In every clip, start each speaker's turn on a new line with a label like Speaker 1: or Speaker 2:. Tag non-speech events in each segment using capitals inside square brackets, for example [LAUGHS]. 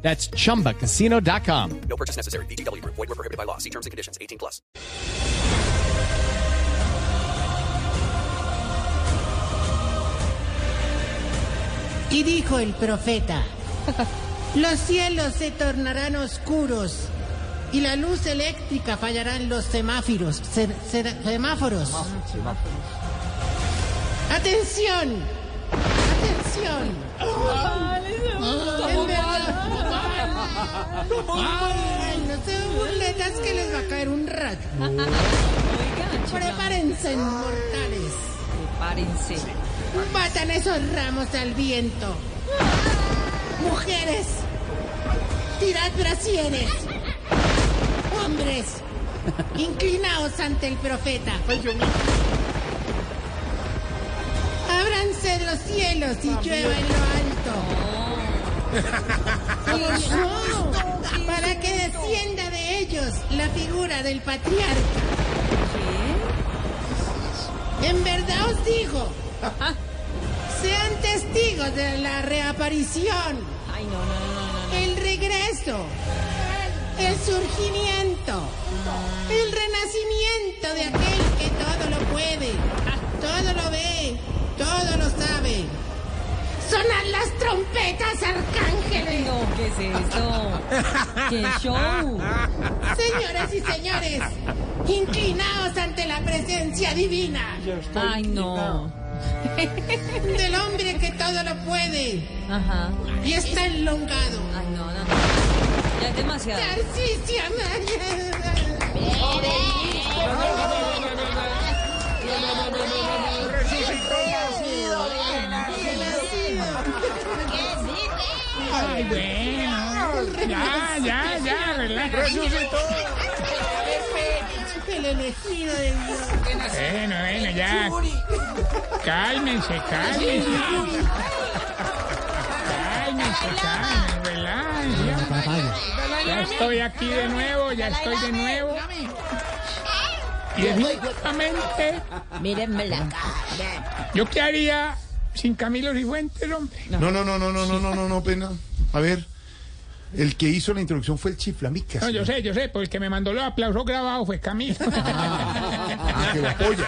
Speaker 1: That's chumbacasino.com.
Speaker 2: No purchase necessary. BGW. Void were prohibited by law. See terms and conditions. 18 plus.
Speaker 3: Y dijo el profeta, los cielos se tornarán oscuros y la luz eléctrica fallarán los semáforos. se- se- semáforos. Atención, atención. En verdad. Ay, no se burletas que les va a caer un rayo. Prepárense, mortales.
Speaker 4: Párense.
Speaker 3: Batan esos ramos al viento. Mujeres, tirad brasieres. Hombres, inclinaos ante el profeta. Ábranse los cielos y llueva en lo alto. Y- no, Para que descienda de ellos la figura del patriarca. En verdad os digo, sean testigos de la reaparición,
Speaker 4: Ay, no, no, no, no.
Speaker 3: el regreso, el surgimiento, el renacimiento de aquel que todo lo puede, todo lo ve, todo lo sabe. Sonad las trompetas, arcángeles.
Speaker 4: No, no, ¿qué es eso? ¡Qué show!
Speaker 3: Señoras y señores, inclinaos ante la presencia divina
Speaker 4: Ay, no.
Speaker 3: del hombre que todo lo puede
Speaker 4: Ajá.
Speaker 3: y está enlongado.
Speaker 4: Ay, no, no. no. Ya es demasiado.
Speaker 3: Tarcicia Maya.
Speaker 5: Ay, bueno. Ya, ya, ya, relaja.
Speaker 3: El elegido de Dios.
Speaker 5: Bueno, bueno, ya. Cálmense, cálmense. Cálmense, cálmense, relájense. Ya, Ya estoy aquí de nuevo, ya estoy de nuevo. Y es justamente
Speaker 4: Mírenme la cara.
Speaker 5: yo qué haría sin Camilo Cifuentes, hombre.
Speaker 6: No, no, no, no, no, no, no, no, no, pena. A ver, el que hizo la introducción fue el chiflamicas.
Speaker 5: No, yo sé, yo sé, pues el que me mandó los aplausos grabados fue Camilo.
Speaker 6: El que lo apoya.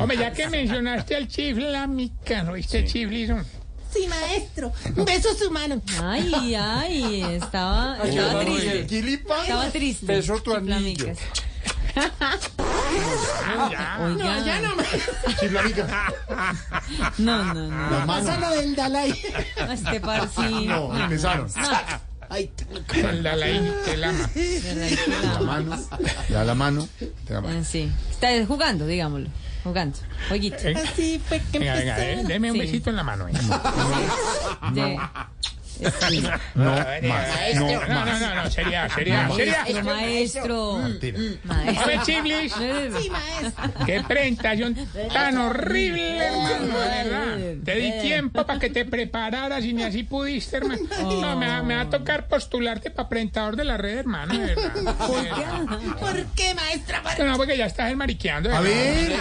Speaker 5: Hombre, ya que mencionaste al chifle, la mica, ¿no viste chiflizón?
Speaker 3: Sí, maestro. Besos humanos.
Speaker 4: Ay, ay. Estaba, estaba triste.
Speaker 6: Quilipa.
Speaker 4: Estaba triste.
Speaker 6: Besó tu anillo.
Speaker 4: Chiflamicas.
Speaker 6: Ah,
Speaker 5: Ah, Ya.
Speaker 3: No, ya no me
Speaker 6: Chiflamicas.
Speaker 4: No,
Speaker 3: [LAUGHS]
Speaker 4: no, no.
Speaker 6: La
Speaker 3: pasa
Speaker 6: mano.
Speaker 3: lo del Dalai.
Speaker 4: Este parcillo.
Speaker 6: No, empezaron.
Speaker 5: El Dalai te lama.
Speaker 6: La mano. Ya la mano. te la mano.
Speaker 4: Ah, Sí. Está jugando, digámoslo. Jugando. Jueguito.
Speaker 5: Eh,
Speaker 3: Así fue que
Speaker 5: Venga, venga, eh,
Speaker 3: empezó.
Speaker 5: deme un
Speaker 4: Sí.
Speaker 5: besito en la mano. eh.
Speaker 4: De- Sí.
Speaker 6: No,
Speaker 5: Ah,
Speaker 6: más.
Speaker 5: No,
Speaker 6: No,
Speaker 5: no, no,
Speaker 6: más.
Speaker 5: no, no, sería, sería, sería.
Speaker 4: Maestro, maestro.
Speaker 6: Mentira.
Speaker 5: Fue
Speaker 4: Maestro.
Speaker 5: chiflis.
Speaker 4: eh.
Speaker 3: Sí, maestro.
Speaker 5: Qué presentación tan horrible, hermano, de verdad. Te di tiempo para que te prepararas y ni así pudiste, hermano. No, me va, me va a tocar postularte para presentador de la red, hermano, de verdad.
Speaker 6: [LAUGHS]
Speaker 3: ¿Por qué, maestra? ¿Por
Speaker 5: No, no, porque ya estás el mariqueando.
Speaker 6: A
Speaker 5: ¿verdad?
Speaker 6: ver.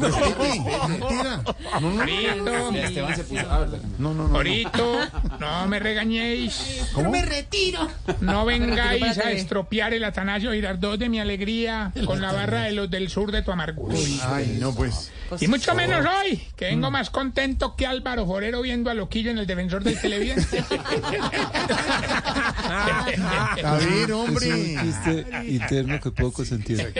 Speaker 6: Respete, Mentira. No, no,
Speaker 5: Orito,
Speaker 6: no, no, no.
Speaker 5: Orito, no me regañéis,
Speaker 3: qué me retiro?
Speaker 5: no vengáis a
Speaker 4: recupérate.
Speaker 5: estropear el Atanasio Girardot de mi alegría con la barra de los del sur de tu amargura.
Speaker 6: Ay, no, pues.
Speaker 5: Y mucho menos hoy, que vengo más contento que Álvaro Forero viendo a Loquillo en el defensor del televidente.
Speaker 6: A ver, hombre.
Speaker 7: Es un chiste interno que poco se entiende.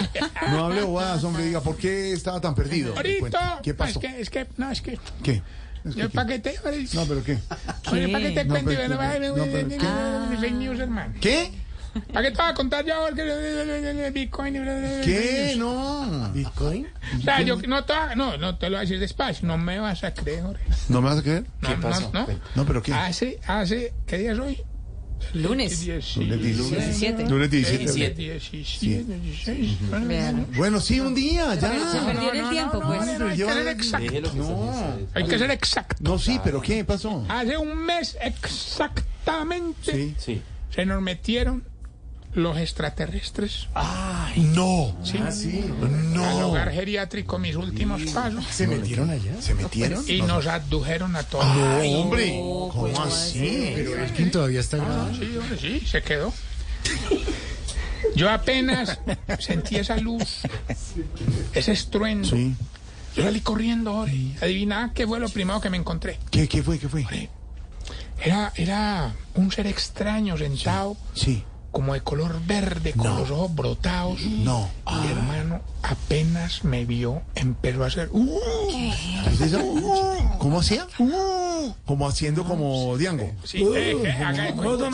Speaker 6: No hable bobadas, hombre. Diga, ¿por qué estaba tan perdido?
Speaker 5: Orito,
Speaker 6: Cuente, ¿Qué pasó?
Speaker 5: Es que, es que, no, es que,
Speaker 6: ¿Qué? Es
Speaker 5: yo
Speaker 6: que-
Speaker 5: para que te,
Speaker 6: No, pero ¿qué?
Speaker 5: oye, pa' que te
Speaker 6: No,
Speaker 5: cuente, bueno,
Speaker 6: pero-
Speaker 5: va,
Speaker 6: no, pero-
Speaker 5: eh, eh, fake news, hermano.
Speaker 6: ¿Qué?
Speaker 5: ¿Para qué te voy a contar yo ahora que el Bitcoin?
Speaker 6: ¿Qué? No.
Speaker 3: ¿Bitcoin?
Speaker 5: O sea, yo no te, va- no, no te lo voy a decir despacio, no me vas a creer, Jorge.
Speaker 6: ¿No me vas a creer?
Speaker 5: No, no, no.
Speaker 6: No, pero ¿qué?
Speaker 5: Hace, hace, ¿qué día es hoy?
Speaker 4: Lunes.
Speaker 6: Lunes 17.
Speaker 4: 17.
Speaker 6: Lunes 17.
Speaker 8: 17.
Speaker 5: 17, 16.
Speaker 4: Vean.
Speaker 6: Bueno, sí, un día, ya.
Speaker 4: Perdieron el tiempo, pues.
Speaker 5: No, no, hay que ser exacto.
Speaker 8: Déjelo que se
Speaker 6: eh, No,
Speaker 5: Hay que ser exacto.
Speaker 6: no, sí, pero ¿qué pasó?
Speaker 5: Hace un mes exactamente
Speaker 6: Sí.
Speaker 8: Sí.
Speaker 5: se nos metieron los extraterrestres
Speaker 6: No. Ah, No.
Speaker 5: al hogar geriátrico mis últimos pasos
Speaker 6: ¿Se metieron allá? ¿Se metieron?
Speaker 5: y nos abdujeron a todos.
Speaker 6: No, hombre. ¿Cómo así? Pero es que todavía está grabado.
Speaker 5: Sí, hombre, sí, se quedó. Yo apenas sentí esa luz, ese estruendo.
Speaker 6: Sí.
Speaker 5: Yo salí corriendo, hombre. Adivina qué fue lo primero que me encontré.
Speaker 6: ¿Qué, qué fue? ¿Qué fue?
Speaker 5: Era, era un ser extraño sentado,
Speaker 6: Sí.
Speaker 5: como de color verde, con
Speaker 6: No.
Speaker 5: los ojos brotados.
Speaker 6: No. Ah.
Speaker 5: Mi hermano apenas me vio, empezó a hacer. "Uh".
Speaker 6: ¿Es eso? [LAUGHS] ¿Cómo hacía? Como haciendo como Diango. Uh,
Speaker 5: Sí, eh, eh, haga de cuenta.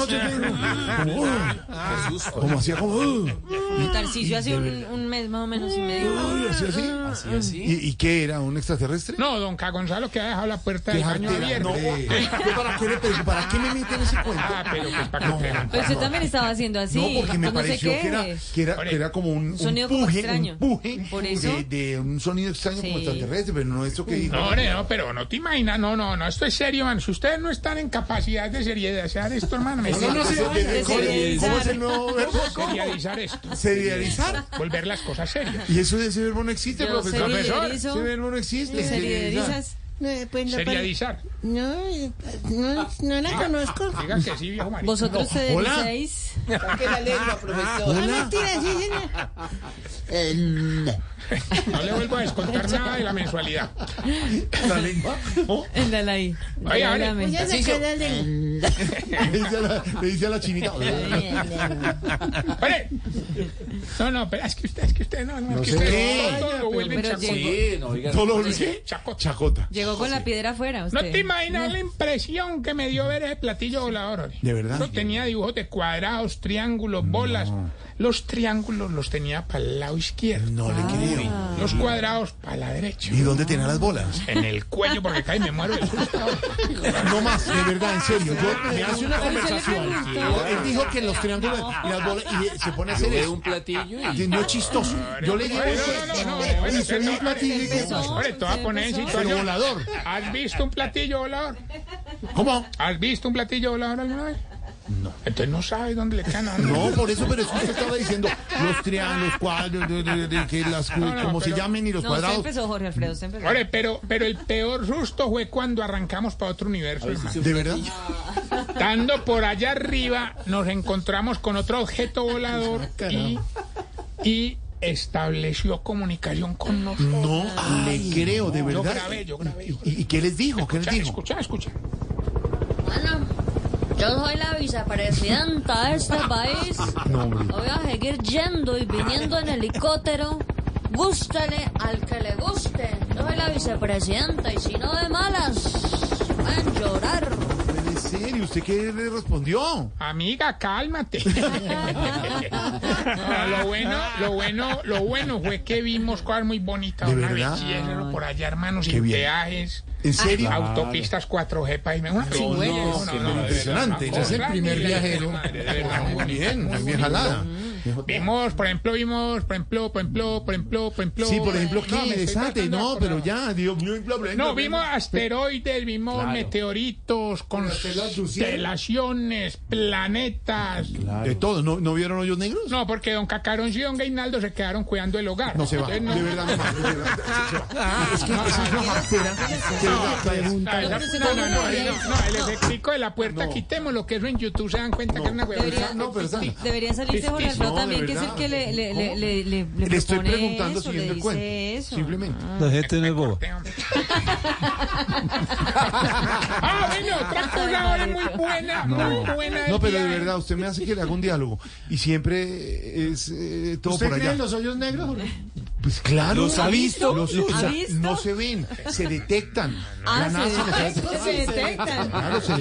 Speaker 6: Ah. Como hacía como. "Uh".
Speaker 4: Tarcicio hace un, un mes más o menos y medio.
Speaker 6: ¿Y hacía así?
Speaker 8: Así, así.
Speaker 6: ¿Y, y qué era? ¿Un extraterrestre?
Speaker 5: No, don Ca Gonzalo, que ha dejado la puerta
Speaker 6: ¿Qué
Speaker 5: del baño
Speaker 6: jartera?
Speaker 5: abierta. [LAUGHS]
Speaker 6: No. ¿Yo ¿Para qué le pregunto? ¿Para qué me meten ese cuento?
Speaker 5: Ah, pero pues para que
Speaker 6: No.
Speaker 5: te hagan.
Speaker 4: Pero usted también estaba haciendo así.
Speaker 6: No, porque me
Speaker 4: no sé
Speaker 6: pareció
Speaker 4: qué.
Speaker 6: que era, que era,
Speaker 5: Oye.
Speaker 6: que era como un, un
Speaker 4: Sonido como
Speaker 6: puje,
Speaker 4: extraño.
Speaker 6: un puje
Speaker 4: ¿Por eso?
Speaker 6: De, de un sonido extraño como
Speaker 4: Sí.
Speaker 6: extraterrestre, pero no eso que dijo.
Speaker 5: No, hombre, no, pero no te imaginas, no, no, no, esto es serio, man. Si ustedes no están en capacidad de seriedad, sean esto, hermano, me
Speaker 6: no,
Speaker 5: tienen
Speaker 6: se-
Speaker 4: no,
Speaker 6: de-
Speaker 4: no,
Speaker 6: ¿cómo- ¿Cómo es el nuevo verbo?
Speaker 5: que serializar esto,
Speaker 6: Serializar.
Speaker 5: volver las cosas serias.
Speaker 6: Y eso de ese verbo no existe,
Speaker 4: Yo
Speaker 6: profesor.
Speaker 4: serializo.
Speaker 6: Ese verbo no existe. Serializar.
Speaker 4: Solidarizas.
Speaker 3: No, pues no,
Speaker 5: Serializar.
Speaker 3: no, eh, no, no la conozco.
Speaker 5: Diga que sí, viejo marido.
Speaker 4: ¿Vosotros se
Speaker 6: Hola.
Speaker 4: deslizáis?
Speaker 3: Ah, mentira, sí, señor.
Speaker 5: No le vuelvo a descontar nada de la mensualidad.
Speaker 6: La lengua. ¿no?
Speaker 4: Dale ahí.
Speaker 5: Oye, vale. Pues
Speaker 4: Háblame.
Speaker 3: Ya se quedó el de...
Speaker 6: Le dice a la, le dice a la chinita.
Speaker 5: Oye, no, no, pero es que usted, es que usted, no, no, es que
Speaker 6: sé
Speaker 5: usted
Speaker 6: qué.
Speaker 5: todo lo vuelven
Speaker 4: Pero
Speaker 5: chacota.
Speaker 4: llegó,
Speaker 8: Sí, no, oiga.
Speaker 6: ¿Todo lo qué?
Speaker 5: Chacota.
Speaker 6: Chacota.
Speaker 4: [LAUGHS] llegó con la piedra afuera. Usted.
Speaker 5: No te imaginas la impresión que me dio ver ese platillo volador. hombre.
Speaker 6: ¿De verdad?
Speaker 5: Eso tenía dibujos de cuadrados, triángulos, bolas. Los triángulos los tenía para el lado izquierdo.
Speaker 6: No le creo.
Speaker 4: Ah.
Speaker 5: Los cuadrados para la derecha.
Speaker 6: ¿Y dónde tenía las bolas?
Speaker 5: En el cuello, porque cae me muero del susto.
Speaker 6: No más, de verdad, en serio. Yo, me hace una
Speaker 4: Pero usted le
Speaker 6: conversación.
Speaker 4: preguntó.
Speaker 6: Él dijo que los triángulos y las bolas. Y se pone a
Speaker 8: Yo
Speaker 6: hacer
Speaker 8: veo
Speaker 6: eso.
Speaker 8: un platillo
Speaker 6: Que
Speaker 8: y...
Speaker 6: no es chistoso. Yo le digo
Speaker 5: Oye, no, no, no, no, bueno,
Speaker 6: y usted
Speaker 5: no,
Speaker 6: me platillo y qué
Speaker 4: empezó.
Speaker 6: pasa.
Speaker 5: Hombre, te voy a poner en
Speaker 4: Pero
Speaker 6: Pero
Speaker 5: situación.
Speaker 6: volador.
Speaker 5: ¿Has visto un platillo volador?
Speaker 6: ¿Cómo?
Speaker 5: ¿Has visto un platillo volador alguna vez? No. Entonces no sabes dónde le están dando.
Speaker 6: No, por eso, pero es que usted estaba diciendo los triángulos, cuadros, de, de- de- que las,
Speaker 5: no,
Speaker 6: como se
Speaker 5: pero-
Speaker 6: llamen y los
Speaker 4: No, usted
Speaker 6: cuadrados.
Speaker 4: empezó, Jorge Alfredo. Usted empezó.
Speaker 5: Oye, pero, pero el peor susto fue cuando arrancamos para otro universo, hermano.
Speaker 6: ¿De verdad?
Speaker 5: Estando por allá arriba, nos encontramos con otro objeto volador y, y estableció comunicación con nosotros.
Speaker 6: No le creo, de
Speaker 5: Yo
Speaker 6: verdad.
Speaker 5: grabé, yo grabé.
Speaker 6: ¿Y, y qué les dijo? ¿Qué les
Speaker 5: Escucha,
Speaker 6: dijo?
Speaker 5: escucha, escucha.
Speaker 9: Bueno, yo soy la vicepresidenta
Speaker 6: [LAUGHS]
Speaker 9: de este país.
Speaker 6: No, hombre.
Speaker 9: Voy a seguir yendo y viniendo en helicóptero. Gústele al que le guste. Yo soy la vicepresidenta y si no de malas, van a llorar.
Speaker 6: ¿En serio? ¿Usted qué le respondió?
Speaker 5: Amiga, cálmate. No, lo bueno, lo bueno, lo bueno fue que vimos cosas muy bonitas,
Speaker 6: ¿De
Speaker 5: una
Speaker 6: verdad?
Speaker 5: belleza ¿no? por allá, hermanos,
Speaker 6: Qué
Speaker 5: sin
Speaker 6: bien.
Speaker 5: peajes,
Speaker 6: ¿En serio?
Speaker 5: autopistas 4G para irme. Una
Speaker 6: No,
Speaker 5: no,
Speaker 6: sí,
Speaker 5: no, de
Speaker 6: impresionante.
Speaker 5: verdad,
Speaker 6: Ese es el
Speaker 5: cosa,
Speaker 6: primer
Speaker 5: mira,
Speaker 6: viajero.
Speaker 5: madre, de verdad, muy bonito.
Speaker 6: Bien, bien jalada.
Speaker 5: Vimos, por ejemplo, vimos, por ejemplo, por ejemplo, por ejemplo, por ejemplo.
Speaker 6: Sí, por ejemplo,
Speaker 5: No, me
Speaker 6: ¿qué?
Speaker 5: estoy
Speaker 6: Desate,
Speaker 5: tratando de
Speaker 6: no,
Speaker 5: acordar.
Speaker 6: pero ya, Dios mío, bla, bla, bla,
Speaker 5: No,
Speaker 6: bla,
Speaker 5: vimos
Speaker 6: bla.
Speaker 5: asteroides, vimos meteoritos, constelaciones, planetas.
Speaker 6: De todo, ¿no, no vieron hoyos negros?
Speaker 5: No, porque don Cacarón y don Gainaldo se quedaron cuidando el hogar.
Speaker 6: No se va, de
Speaker 5: Entonces, Ah,
Speaker 6: verdad no va, de
Speaker 5: [LAUGHS]
Speaker 6: verdad. Es que esa es la jartera que
Speaker 5: No,
Speaker 6: la pregunta.
Speaker 5: no, esa- no, no, no, ahí no, no, el efectico de la puerta,
Speaker 6: No.
Speaker 5: quitemos lo que eso en YouTube, se dan cuenta que es una
Speaker 6: Esa-
Speaker 5: huevonada.
Speaker 6: No, pero esa-
Speaker 4: Debería salirse Jorge
Speaker 5: Es que-
Speaker 4: Alfredo
Speaker 6: no, de
Speaker 4: también, que es el
Speaker 6: verdad.
Speaker 4: que le, le, le, le, le, le
Speaker 6: Le estoy
Speaker 4: propone
Speaker 6: preguntando
Speaker 4: eso,
Speaker 6: siguiendo
Speaker 4: le
Speaker 6: el cuento.
Speaker 4: dice eso.
Speaker 6: Simplemente.
Speaker 7: La gente no es boba.
Speaker 5: [LAUGHS] Ah, bueno, otra cosa ahora muy buena, muy buena.
Speaker 6: No,
Speaker 5: del
Speaker 6: pero de
Speaker 5: viaje.
Speaker 6: verdad, usted me hace que le haga un diálogo. Y siempre es eh, todo por allá.
Speaker 10: los hoyos negros?
Speaker 6: Pues claro.
Speaker 7: ¿Los ha visto?
Speaker 6: Los-
Speaker 7: ¿Los
Speaker 6: o sea,
Speaker 4: ha visto?
Speaker 6: No se ven, se detectan.
Speaker 4: Ah,
Speaker 6: La NASA les hace-
Speaker 4: se,
Speaker 6: Ah,
Speaker 4: detectan, se detectan.
Speaker 6: Claro, se detectan.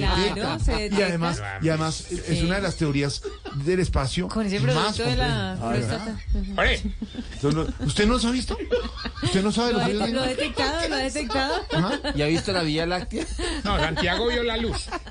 Speaker 4: Claro, se
Speaker 6: Y
Speaker 4: detectan.
Speaker 6: además, y además es una de las teorías del espacio
Speaker 4: Con ese
Speaker 6: más
Speaker 4: producto de la Ah,
Speaker 6: complejas.
Speaker 4: próstata.
Speaker 5: Oye,
Speaker 6: Entonces, no- ¿Usted no los ha visto? ¿Usted no sabe
Speaker 4: ¿Lo
Speaker 6: los
Speaker 4: ha
Speaker 6: hoyos
Speaker 4: lo ha
Speaker 6: negros? [LAUGHS]
Speaker 4: detectado? ¿Lo ha detectado?
Speaker 6: Ajá.
Speaker 8: ¿Y ha visto la Vía Láctea?
Speaker 5: no, Santiago vio la luz.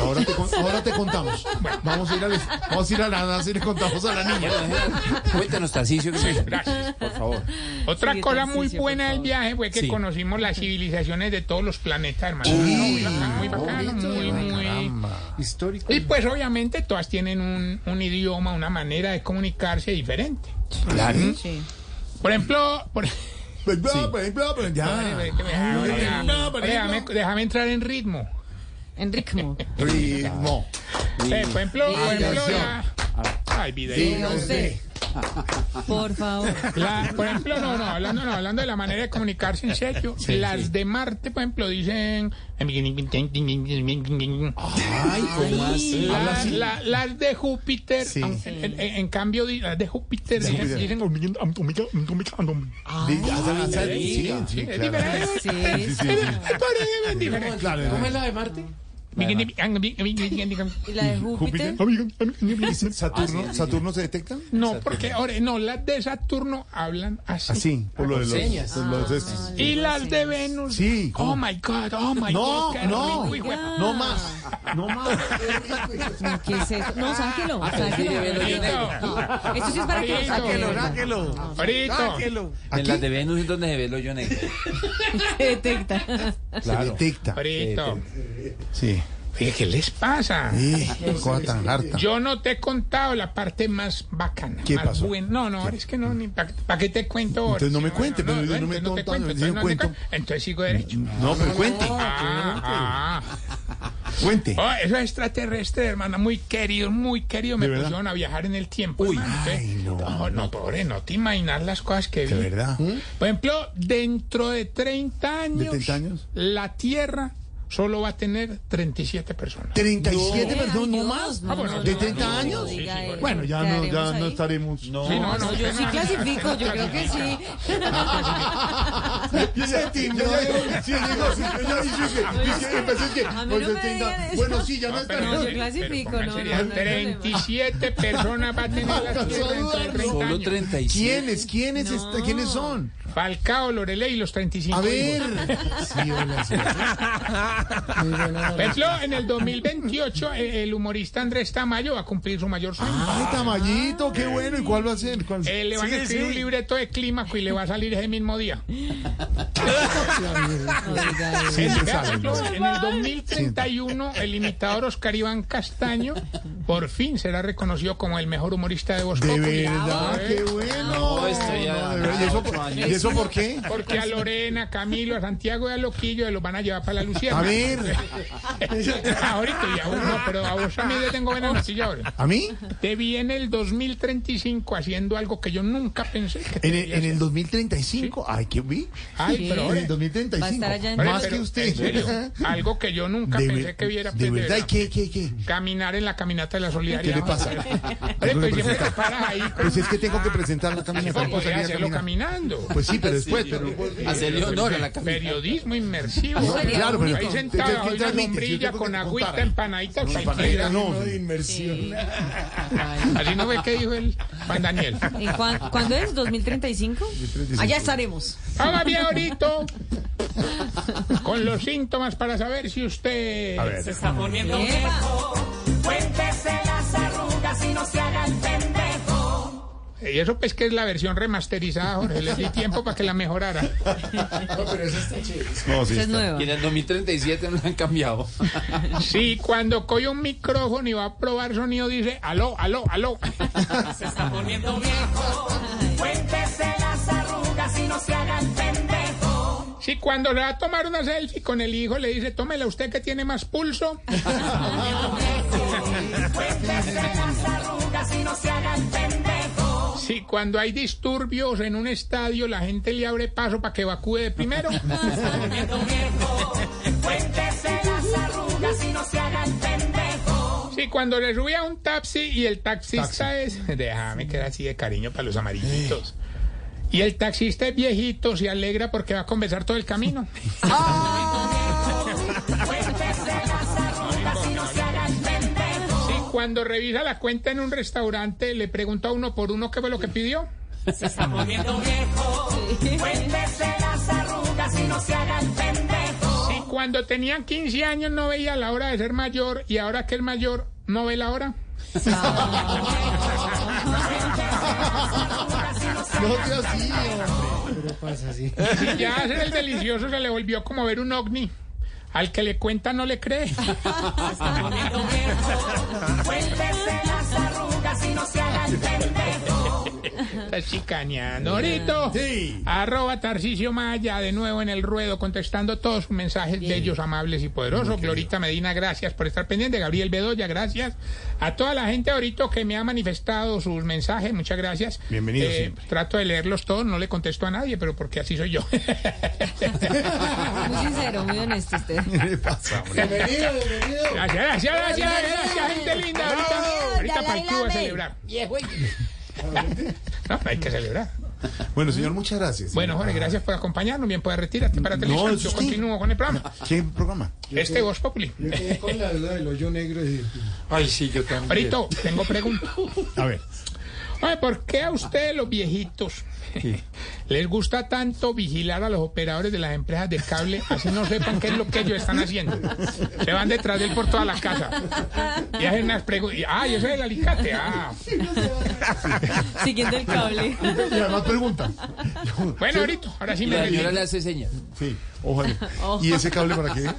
Speaker 6: Ahora te, con- ahora te contamos. Vamos a ir a, vamos a ir a la NASA y le contamos a la niña.
Speaker 8: Cuéntanos, Tarcicio, que me-
Speaker 5: Gracias.
Speaker 8: por favor.
Speaker 5: Otra
Speaker 4: Sí,
Speaker 5: cosa muy
Speaker 4: ejercicio,
Speaker 5: buena
Speaker 4: por
Speaker 5: del
Speaker 4: favor.
Speaker 5: viaje fue que
Speaker 8: Sí.
Speaker 5: conocimos las civilizaciones de todos los planetas, hermano. No, bacán,
Speaker 6: Oh,
Speaker 5: muy
Speaker 4: Oh,
Speaker 5: bacano, muy, muy.
Speaker 6: Histórico.
Speaker 5: Y pues obviamente todas tienen un, un idioma, una manera de comunicarse diferente.
Speaker 8: Claro.
Speaker 4: Sí.
Speaker 5: Por ejemplo, por- [LAUGHS]
Speaker 6: Ya.
Speaker 5: Ahora, déjame, déjame entrar en ritmo.
Speaker 4: En ritmo.
Speaker 6: Ritmo.
Speaker 5: Eh, por ejemplo, por ejemplo,
Speaker 6: canción.
Speaker 5: la-
Speaker 6: Ah.
Speaker 5: Ay, video.
Speaker 6: no sé.
Speaker 4: Por favor.
Speaker 5: La- por ejemplo, no, no, hablando, no, hablando de la manera de comunicarse
Speaker 6: [LAUGHS]
Speaker 5: en serio, las de Marte, por ejemplo, dicen... "Em,
Speaker 6: Ah,
Speaker 8: Ay, ¿cómo así?
Speaker 5: La- la- las de Júpiter,
Speaker 6: Sí.
Speaker 5: en, en- en- en cambio, di- las de Júpiter
Speaker 6: Sí.
Speaker 5: dicen... dicen- "Em,
Speaker 6: Di- haz la danza del- Sí, sí,
Speaker 5: Ah, Es
Speaker 6: claro.
Speaker 5: diferente.
Speaker 4: Sí.
Speaker 6: Sí, sí,
Speaker 5: Es diferente.
Speaker 6: Claro, era-
Speaker 4: ¿Y la de Júpiter?
Speaker 6: ¿Saturno, ¿Saturno se detecta?
Speaker 5: Ah, No, porque ahora, no, las de Saturno hablan así.
Speaker 6: Así, por lo de los,
Speaker 8: señas.
Speaker 6: por los estos.
Speaker 5: Y las de Venus.
Speaker 6: Sí, ¿cómo?
Speaker 5: Oh my God, oh my
Speaker 6: No,
Speaker 5: God. qué
Speaker 6: no,
Speaker 5: rico, hijo de-
Speaker 6: no más, no más.
Speaker 4: ¿Qué es eso? No, sáquelo.
Speaker 6: Ah,
Speaker 4: Sáquelo. No, Esto sí es para que lo
Speaker 5: Sáquelo,
Speaker 4: saquen.
Speaker 6: Ah,
Speaker 8: Sáquelo.
Speaker 5: Ahorita.
Speaker 8: En las de Venus es donde se ve el hoyo negro.
Speaker 4: Se
Speaker 6: Este
Speaker 4: detecta.
Speaker 6: Se detecta.
Speaker 5: Ahorita.
Speaker 6: Eh, Sí.
Speaker 5: Oye, ¿qué les pasa?
Speaker 6: Sí, qué cosa tan harta.
Speaker 5: Yo no te he contado la parte más bacana.
Speaker 6: ¿Qué
Speaker 5: más
Speaker 6: pasó?
Speaker 5: buena. No, no, ahora es que no, ni para qué te cuento ahora.
Speaker 6: Entonces no me
Speaker 5: Sí,
Speaker 6: cuente, pero yo no
Speaker 5: entonces
Speaker 6: me he
Speaker 5: te
Speaker 6: contado,
Speaker 5: cuento,
Speaker 6: yo
Speaker 5: entonces no te
Speaker 6: cuento. Mm,
Speaker 5: cuento. Entonces sigo derecho.
Speaker 6: No, pero cuente,
Speaker 5: Ah, ah.
Speaker 6: cuente.
Speaker 4: Ah.
Speaker 5: Oh, esos extraterrestres, hermana, muy queridos, muy queridos, me
Speaker 6: ¿De verdad?
Speaker 5: pusieron a viajar en el tiempo.
Speaker 6: Uy,
Speaker 5: hermano,
Speaker 6: ay,
Speaker 5: ¿sí?
Speaker 6: no,
Speaker 5: no, no, pobre, no te imaginas las cosas que vi.
Speaker 6: De verdad.
Speaker 4: ¿Mm?
Speaker 5: Por ejemplo, dentro de 30 años,
Speaker 6: ¿De 30 años?
Speaker 5: la Tierra solo va a tener 37 personas.
Speaker 6: 37, perdón, no más. Ah,
Speaker 4: No, no,
Speaker 6: ¿De
Speaker 4: no,
Speaker 6: 30
Speaker 4: no,
Speaker 6: años?
Speaker 4: no diga eso.
Speaker 6: Bueno, ya no, ya
Speaker 4: Quedaremos
Speaker 6: no
Speaker 4: ahí.
Speaker 6: estaremos. No.
Speaker 5: Sí, no,
Speaker 4: No,
Speaker 5: no,
Speaker 4: yo sí
Speaker 5: no,
Speaker 4: clasifico, yo
Speaker 5: no,
Speaker 4: creo que
Speaker 6: [LAUGHS]
Speaker 4: sí. [LAUGHS]
Speaker 6: Yo ya timbró. Yo ya sí, digo, sí, yo ya dije que- dije que pensé que,
Speaker 4: A mí
Speaker 6: pues,
Speaker 4: no me
Speaker 6: de 30,
Speaker 4: digan eso.
Speaker 6: Bueno, sí, ya no
Speaker 5: pero-
Speaker 4: No,
Speaker 6: estaremos.
Speaker 4: yo clasifico,
Speaker 5: pero
Speaker 4: no, no,
Speaker 5: serían
Speaker 4: no, no, no.
Speaker 5: 37 personas va a tener la Tierra dentro de 30
Speaker 8: Solo
Speaker 5: años.
Speaker 8: 37.
Speaker 6: ¿Quiénes? ¿Quiénes, est- ¿Quiénes son?
Speaker 5: Falcao, Lorelei y los 35
Speaker 6: A
Speaker 5: hijos.
Speaker 6: ver. Sí,
Speaker 4: [LAUGHS]
Speaker 6: hola, sí.
Speaker 5: Por ejemplo, en el 2028 el, eh, el humorista Andrés Tamayo va a cumplir su mayor sueño.
Speaker 6: Ay, Tamayito, qué bueno. ¿Y cuál va a ser? ¿Cuál-
Speaker 5: Él le van a
Speaker 6: Ah, Sí,
Speaker 5: escribir
Speaker 6: sí.
Speaker 5: un libreto de clímaco y le va a salir ese mismo día.
Speaker 6: Sí,
Speaker 5: Vea,
Speaker 6: se
Speaker 5: por
Speaker 6: sabe,
Speaker 5: ejemplo,
Speaker 6: ¿no?
Speaker 5: en el 2031, el imitador Oscar Iván Castaño por fin será reconocido como el mejor humorista de Voz
Speaker 6: De
Speaker 5: Populi. ¿Eh?
Speaker 6: verdad, Ah, qué bueno.
Speaker 8: estoy
Speaker 6: No,
Speaker 8: ya-
Speaker 6: de verdad. ¿Y eso por-
Speaker 8: ocho años.
Speaker 6: ¿Y eso por qué?
Speaker 5: Porque a Lorena, a Camilo, a Santiago y a Loquillo los van a llevar para la Luciana.
Speaker 6: A ver,
Speaker 5: [LAUGHS] Ahorita ya uno, pero a vos a mí yo tengo buena noticia ahora.
Speaker 6: ¿a mí?
Speaker 5: Te vi en el 2035 haciendo algo que yo nunca pensé que
Speaker 6: ¿En
Speaker 5: te
Speaker 6: el,
Speaker 5: podía
Speaker 6: en el
Speaker 5: hacer.
Speaker 6: 2035? Ay, ¿qué vi?
Speaker 5: Ay, pero
Speaker 6: En
Speaker 5: ahora,
Speaker 6: el
Speaker 4: Va a
Speaker 6: 2035.
Speaker 4: estar allá en
Speaker 6: Más
Speaker 5: pero,
Speaker 6: que
Speaker 5: en serio,
Speaker 6: usted.
Speaker 5: algo que yo nunca
Speaker 6: De,
Speaker 5: pensé
Speaker 6: ver-
Speaker 5: que viera.
Speaker 6: de
Speaker 5: pues,
Speaker 6: verdad, ¿y ¿qué, qué, qué?
Speaker 5: Caminar en la caminata de la
Speaker 6: ¿Qué
Speaker 5: solidaridad.
Speaker 6: le
Speaker 5: [LAUGHS]
Speaker 6: pasa?
Speaker 5: Oye,
Speaker 6: Tengo que
Speaker 5: pues siempre te
Speaker 6: presentar.
Speaker 5: paras ahí. con-
Speaker 6: Pues es que
Speaker 5: [LAUGHS]
Speaker 6: tengo que presentar la caminata.
Speaker 5: Pues
Speaker 6: no puedo
Speaker 5: podría
Speaker 6: salir a
Speaker 5: hacerlo
Speaker 6: caminar.
Speaker 5: caminando.
Speaker 6: Pues sí, pero después, pero... pues,
Speaker 8: Hacerle honor a la camisa.
Speaker 5: Periodismo inmersivo.
Speaker 6: Claro, pero...
Speaker 5: Ahí
Speaker 6: ¿qué-
Speaker 5: sentado,
Speaker 6: qué
Speaker 5: ahí una
Speaker 6: transmite? Yo
Speaker 5: sombrilla
Speaker 6: tengo que
Speaker 5: con agüita,
Speaker 6: contar.
Speaker 5: empanadita,
Speaker 6: Una
Speaker 5: chiquita.
Speaker 6: panadera, no.
Speaker 5: Así no ve que dijo el Juan Daniel.
Speaker 4: ¿En cuán- ¿Cuándo es? ¿2035? Allá estaremos.
Speaker 5: Vamos bien ahorita con los síntomas para saber si usted...
Speaker 6: A ver.
Speaker 5: Y eso pues que es la versión remasterizada, Jorge. Les di tiempo para que la mejorara.
Speaker 6: No, sí
Speaker 4: Esa es
Speaker 6: está.
Speaker 4: nueva.
Speaker 8: Y en el 2037 no la han cambiado.
Speaker 5: Sí, cuando coge un micrófono y va a probar sonido, dice, aló, aló, aló. Se está poniendo viejo. Cuéntese las arrugas y no se haga el pendejo. Sí, cuando le va a tomar una selfie con el hijo, le dice, tómela usted que tiene más pulso. Si cuando hay disturbios en un estadio la gente le abre paso para que evacúe de primero. Si cuando le sube a un taxi y el taxista es... [LAUGHS] Déjame que era así de cariño para los amarillitos. Y el taxista es viejito, se alegra porque va a conversar todo el camino. Si cuando revisa la cuenta en un restaurante le pregunta a uno por uno qué fue lo que pidió. Si cuando tenía 15 años no veía la hora de ser mayor y ahora que es mayor no ve la hora.
Speaker 6: No te así.
Speaker 5: Si ya hacer el delicioso se le volvió como ver un ovni. Al que le cuenta no le cree. Estás chicaneando. Ahorito.
Speaker 6: Sí.
Speaker 5: Arroba Tarcisio Maya, de nuevo en el ruedo, contestando todos sus mensajes bellos, amables y poderosos. Glorita Medina, gracias por estar pendiente. Gabriel Bedoya, gracias. A toda la gente ahorita que me ha manifestado sus mensajes, muchas gracias. Eh,
Speaker 6: Bienvenido siempre.
Speaker 5: Trato de leerlos todos, no le contesto a nadie, pero porque así
Speaker 6: [LAUGHS]
Speaker 5: soy yo.
Speaker 4: Muy sincero, muy honesto usted.
Speaker 6: ¿Qué le pasa, hombre?
Speaker 10: Bienvenido, bienvenido.
Speaker 5: Gracias, gracias, gracias, gracias, gente linda. Ahorita, ahorita para el club a celebrar. [LAUGHS] No, hay que celebrar.
Speaker 6: Bueno, señor, muchas gracias.
Speaker 5: Bueno, Jorge, gracias por acompañarnos. Bien, puedes retirarte para televisión.
Speaker 6: es
Speaker 5: Yo
Speaker 6: usted.
Speaker 5: continúo con el
Speaker 6: [LAUGHS]
Speaker 5: programa.
Speaker 6: ¿Qué programa?
Speaker 5: Este Voz Populi.
Speaker 10: Yo quedé con la duda del hoyo negro y
Speaker 8: Ay, sí, yo también.
Speaker 5: Ahorita tengo pregunta.
Speaker 6: A ver.
Speaker 5: Oye, ¿por qué a ustedes los viejitos [LAUGHS] les gusta tanto vigilar a los operadores de las empresas de cable así no sepan qué es lo que ellos están haciendo? Se van detrás de él por toda la casa y hacen unas preguntas. Ah, yo soy el alicate. Ah.
Speaker 4: Siguiendo el cable.
Speaker 6: Y además pregunta. Yo-
Speaker 5: Bueno, ahorita, ahora sí
Speaker 8: Y
Speaker 5: me
Speaker 8: la señora le
Speaker 5: retiro.
Speaker 8: hace señas.
Speaker 6: Sí, ojalá. ¿Y ese cable para qué?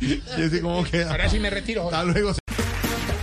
Speaker 6: ¿Y ese cómo queda?
Speaker 5: Ahora sí me retiro. Jorge.
Speaker 6: Hasta luego.